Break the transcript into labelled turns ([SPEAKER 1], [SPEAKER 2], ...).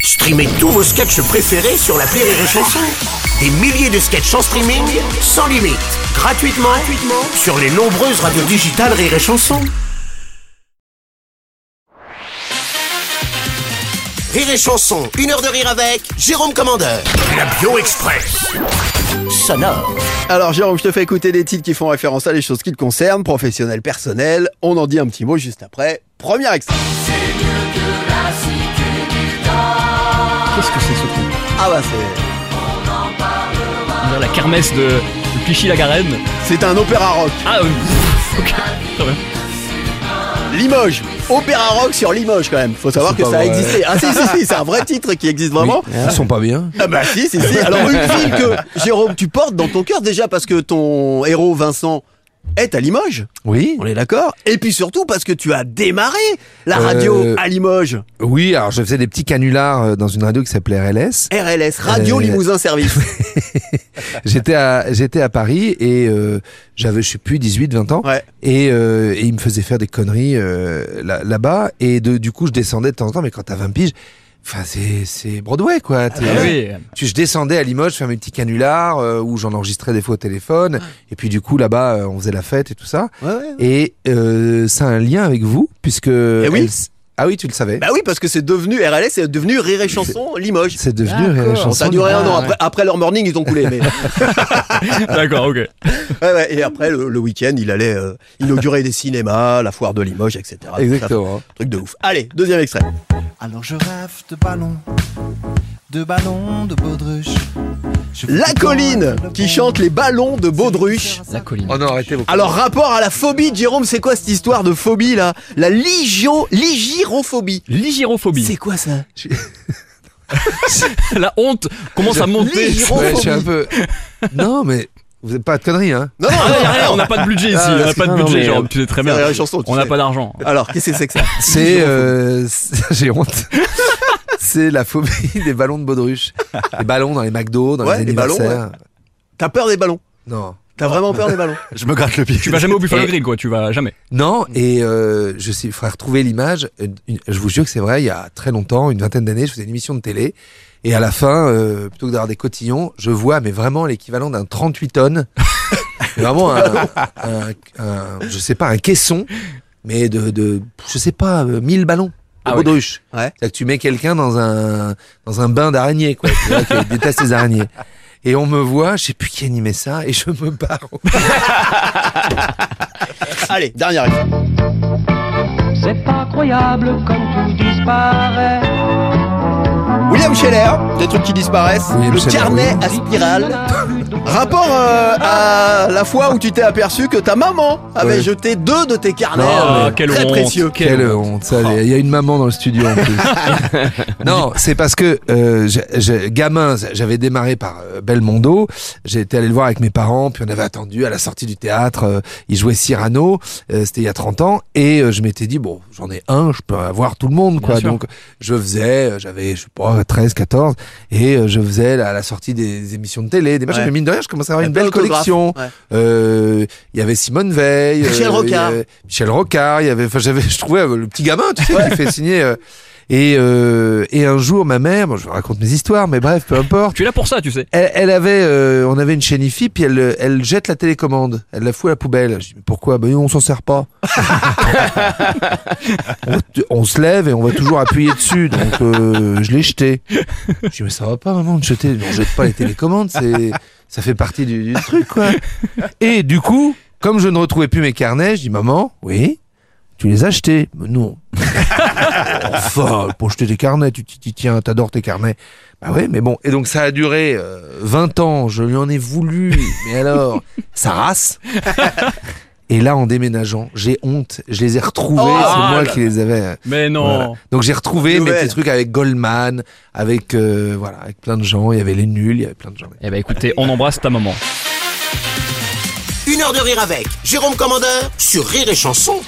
[SPEAKER 1] Streamez tous vos sketchs préférés sur la Rire et Chanson. Des milliers de sketchs en streaming, sans limite, gratuitement, gratuitement sur les nombreuses radios digitales Rire et Chanson. Rire et Chanson, une heure de rire avec Jérôme Commandeur. La Bio Express. Sonore.
[SPEAKER 2] Alors Jérôme, je te fais écouter des titres qui font référence à les choses qui te concernent, professionnel, personnel. On en dit un petit mot juste après. Premier extrait.
[SPEAKER 3] Qu'est-ce que c'est ce truc
[SPEAKER 2] Ah bah c'est
[SPEAKER 3] On dirait La kermesse de, de Clichy-la-Garenne.
[SPEAKER 2] c'est un opéra rock.
[SPEAKER 3] Ah, euh, ok. Très bien.
[SPEAKER 2] Limoges, opéra rock sur Limoges quand même. Faut savoir que ça a existé. Ah si si si, c'est un vrai titre qui existe vraiment.
[SPEAKER 4] Ils sont pas bien.
[SPEAKER 2] Ah bah si si si. Alors une ville que Jérôme tu portes dans ton cœur déjà parce que ton héros Vincent est à Limoges.
[SPEAKER 4] Oui.
[SPEAKER 2] On est d'accord. Et puis surtout parce que tu as démarré la radio
[SPEAKER 4] Euh,
[SPEAKER 2] à Limoges.
[SPEAKER 4] Oui, alors je faisais des petits canulars euh, dans une radio qui s'appelait RLS.
[SPEAKER 2] RLS, Radio
[SPEAKER 4] Euh,
[SPEAKER 2] Limousin Service.
[SPEAKER 4] J'étais à, j'étais à Paris et euh, j'avais, je sais plus, 18, 20 ans.
[SPEAKER 2] Ouais.
[SPEAKER 4] Et, euh, et ils me faisaient faire des conneries euh, là- là-bas. et de- du coup, je descendais de temps en temps, mais quand t'as 20 piges, enfin, c'est, c'est Broadway, quoi. T'es-
[SPEAKER 2] bah
[SPEAKER 4] euh,
[SPEAKER 3] Ah oui.
[SPEAKER 4] Tu- Je descendais à Limoges faire mes petits canulars euh, où j'en enregistrais des fois au téléphone. Et puis, du coup, là-bas, euh, on faisait la fête et tout ça.
[SPEAKER 2] Ouais, ouais. Eh
[SPEAKER 4] Et euh, ça a un lien avec vous, puisque.
[SPEAKER 2] oui.
[SPEAKER 4] elle s- Ah oui, tu le savais.
[SPEAKER 2] Bah oui, parce que c'est devenu RLS, c'est devenu Rire et Chanson Limoges.
[SPEAKER 4] C'est devenu
[SPEAKER 3] D'accord.
[SPEAKER 4] euh,
[SPEAKER 2] Bon, ça a
[SPEAKER 4] chanson du-
[SPEAKER 2] duré un an.
[SPEAKER 3] Ah,
[SPEAKER 2] Après, après leur morning, ils ont coulé. Mais...
[SPEAKER 3] D'accord, ok.
[SPEAKER 2] Ouais, ouais. Et après, le, le week-end, il allait euh, inaugurer des cinémas, la foire de Limoges, etc. Donc, ça,
[SPEAKER 4] Exactement.
[SPEAKER 2] Truc de ouf. Allez, deuxième extrait.
[SPEAKER 5] Alors je rêve de ballons, de ballons, de baudruches. Je
[SPEAKER 2] La
[SPEAKER 5] fous
[SPEAKER 2] colline
[SPEAKER 5] dans le
[SPEAKER 2] qui
[SPEAKER 5] vent.
[SPEAKER 2] chante les ballons de Baudruche.
[SPEAKER 3] La colline.
[SPEAKER 4] Oh non, arrêtez vos.
[SPEAKER 2] Alors, rapport à la phobie, Jérôme, c'est quoi cette histoire de phobie là La ligio, ligirophobie.
[SPEAKER 3] Ligirophobie.
[SPEAKER 2] C'est quoi ça
[SPEAKER 3] La honte commence à monter.
[SPEAKER 2] Ligirophobie.
[SPEAKER 4] Ouais, je suis un peu. Non, mais vous n'êtes pas de conneries, hein.
[SPEAKER 2] Non, non,
[SPEAKER 3] Ah, y
[SPEAKER 2] non,
[SPEAKER 3] a rien, on n'a pas de budget ici.
[SPEAKER 4] Ah,
[SPEAKER 3] on n'a
[SPEAKER 4] c'est-
[SPEAKER 3] pas de
[SPEAKER 4] non, non,
[SPEAKER 3] budget,
[SPEAKER 4] mais,
[SPEAKER 3] Jérôme.
[SPEAKER 4] euh,
[SPEAKER 3] Tu sais très
[SPEAKER 2] c'est la
[SPEAKER 3] bien.
[SPEAKER 2] chanson, tu
[SPEAKER 3] On n'a
[SPEAKER 2] sais.
[SPEAKER 3] pas d'argent.
[SPEAKER 2] Alors, qu'est-ce que c'est que ça
[SPEAKER 4] C'est. euh, J'ai honte. C'est la phobie des ballons de baudruche. Les ballons dans les McDo, dans
[SPEAKER 2] Ouais,
[SPEAKER 4] les
[SPEAKER 2] les ballons,
[SPEAKER 4] anniversaires.
[SPEAKER 2] T'as peur des ballons
[SPEAKER 4] Non.
[SPEAKER 2] T'as vraiment peur des ballons
[SPEAKER 4] Je me gratte le pied.
[SPEAKER 3] Tu vas jamais au Buffalo Grill, quoi. Tu vas jamais.
[SPEAKER 4] Non, et euh, je sais, il faudrait retrouver l'image. Euh, une- Je vous jure que c'est vrai, il y a très longtemps, une vingtaine d'années, je faisais une émission de télé. Et à la fin, euh, plutôt que d'avoir des cotillons, je vois, mais vraiment l'équivalent d'un 38 tonnes. Mais vraiment un, un- un- je sais pas, un caisson, mais de, de je sais pas, euh, 1000 ballons. de
[SPEAKER 3] Ah oui.
[SPEAKER 4] baudruche.
[SPEAKER 2] Ouais.
[SPEAKER 4] C'est-à-dire que tu mets quelqu'un dans un, dans un bain d'araignées, quoi. Tu vois, qui déteste les araignées. Et on me voit, je sais plus qui animait ça, et je me barre.
[SPEAKER 2] Allez, dernière extrait.
[SPEAKER 6] C'est incroyable comme tout disparaît.
[SPEAKER 2] William Scheller, des trucs qui disparaissent,
[SPEAKER 4] William
[SPEAKER 2] le
[SPEAKER 4] Scheller,
[SPEAKER 2] carnet à spirale. Rapport euh, à la fois où tu t'es aperçu que ta maman avait
[SPEAKER 4] Ouais.
[SPEAKER 2] jeté deux de tes carnets
[SPEAKER 3] Ah,
[SPEAKER 2] euh,
[SPEAKER 3] quelle
[SPEAKER 2] très
[SPEAKER 3] honte.
[SPEAKER 2] précieux.
[SPEAKER 3] Quelle
[SPEAKER 4] Quelle honte, ça, Il y a une maman dans le studio en plus. non, c'est parce que euh, j'ai- j'ai- gamin, j'avais démarré par euh, Belmondo. J'étais allé le voir avec mes parents, puis on avait attendu à la sortie du théâtre. euh, il jouait Cyrano, euh, c'était il y a 30 ans, et euh, je m'étais dit bon, j'en ai un, je peux avoir tout le monde, quoi.
[SPEAKER 3] sûr.
[SPEAKER 4] Donc je faisais, euh, j'avais je sais pas 13, 14, et euh, je faisais la, la sortie des émissions de télé, des machins.
[SPEAKER 2] Ouais.
[SPEAKER 4] Mais mine de rien, je commençais à avoir
[SPEAKER 2] Un
[SPEAKER 4] une
[SPEAKER 2] peu
[SPEAKER 4] belle
[SPEAKER 2] autographe,
[SPEAKER 4] collection.
[SPEAKER 2] ouais.
[SPEAKER 4] Euh, Il y avait Simone Veil,
[SPEAKER 2] Michel
[SPEAKER 4] euh,
[SPEAKER 2] Rocard.
[SPEAKER 4] il y avait Michel Rocard, il y avait, enfin, j'avais, je trouvais euh, le petit gamin, tu sais, qui fait signer. euh, et, euh, et un jour, ma mère, bon, je vous raconte mes histoires, mais bref, peu importe.
[SPEAKER 3] Tu es là pour ça, tu sais.
[SPEAKER 4] Elle, elle avait, euh, on avait une chaîne IFI, puis elle, euh, elle jette la télécommande, elle la fout à la poubelle. Je dis mais pourquoi Ben on s'en sert pas. on, on se lève et on va toujours appuyer dessus, donc euh, je l'ai jetée. Je dis mais ça va pas maman de jeter, on jette pas les télécommandes, c'est ça fait partie du, du truc quoi. Et du coup, comme je ne retrouvais plus mes carnets, je dis maman, oui, tu les as achetés Mais Non. enfin, pour jeter des carnets, tu t'y t'y tiens, t'adores tes carnets. Bah ouais, mais bon. Et donc ça a duré euh, 20 ans, je lui en ai voulu, mais alors, ça race. Et là, en déménageant, j'ai honte, je les ai retrouvés,
[SPEAKER 2] Oh
[SPEAKER 4] c'est
[SPEAKER 3] là
[SPEAKER 4] moi
[SPEAKER 3] là.
[SPEAKER 4] qui les avais. hein.
[SPEAKER 3] Mais
[SPEAKER 4] Voilà.
[SPEAKER 3] non.
[SPEAKER 4] Donc j'ai retrouvé mes
[SPEAKER 2] Nouvelle.
[SPEAKER 4] petits trucs avec Goldman, avec euh, voilà, avec plein de gens. Il y avait les nuls, il y avait plein de gens.
[SPEAKER 3] Eh ben, écoutez, on embrasse ta maman.
[SPEAKER 1] Une heure de rire avec Jérôme Commandeur sur Rire et Chanson.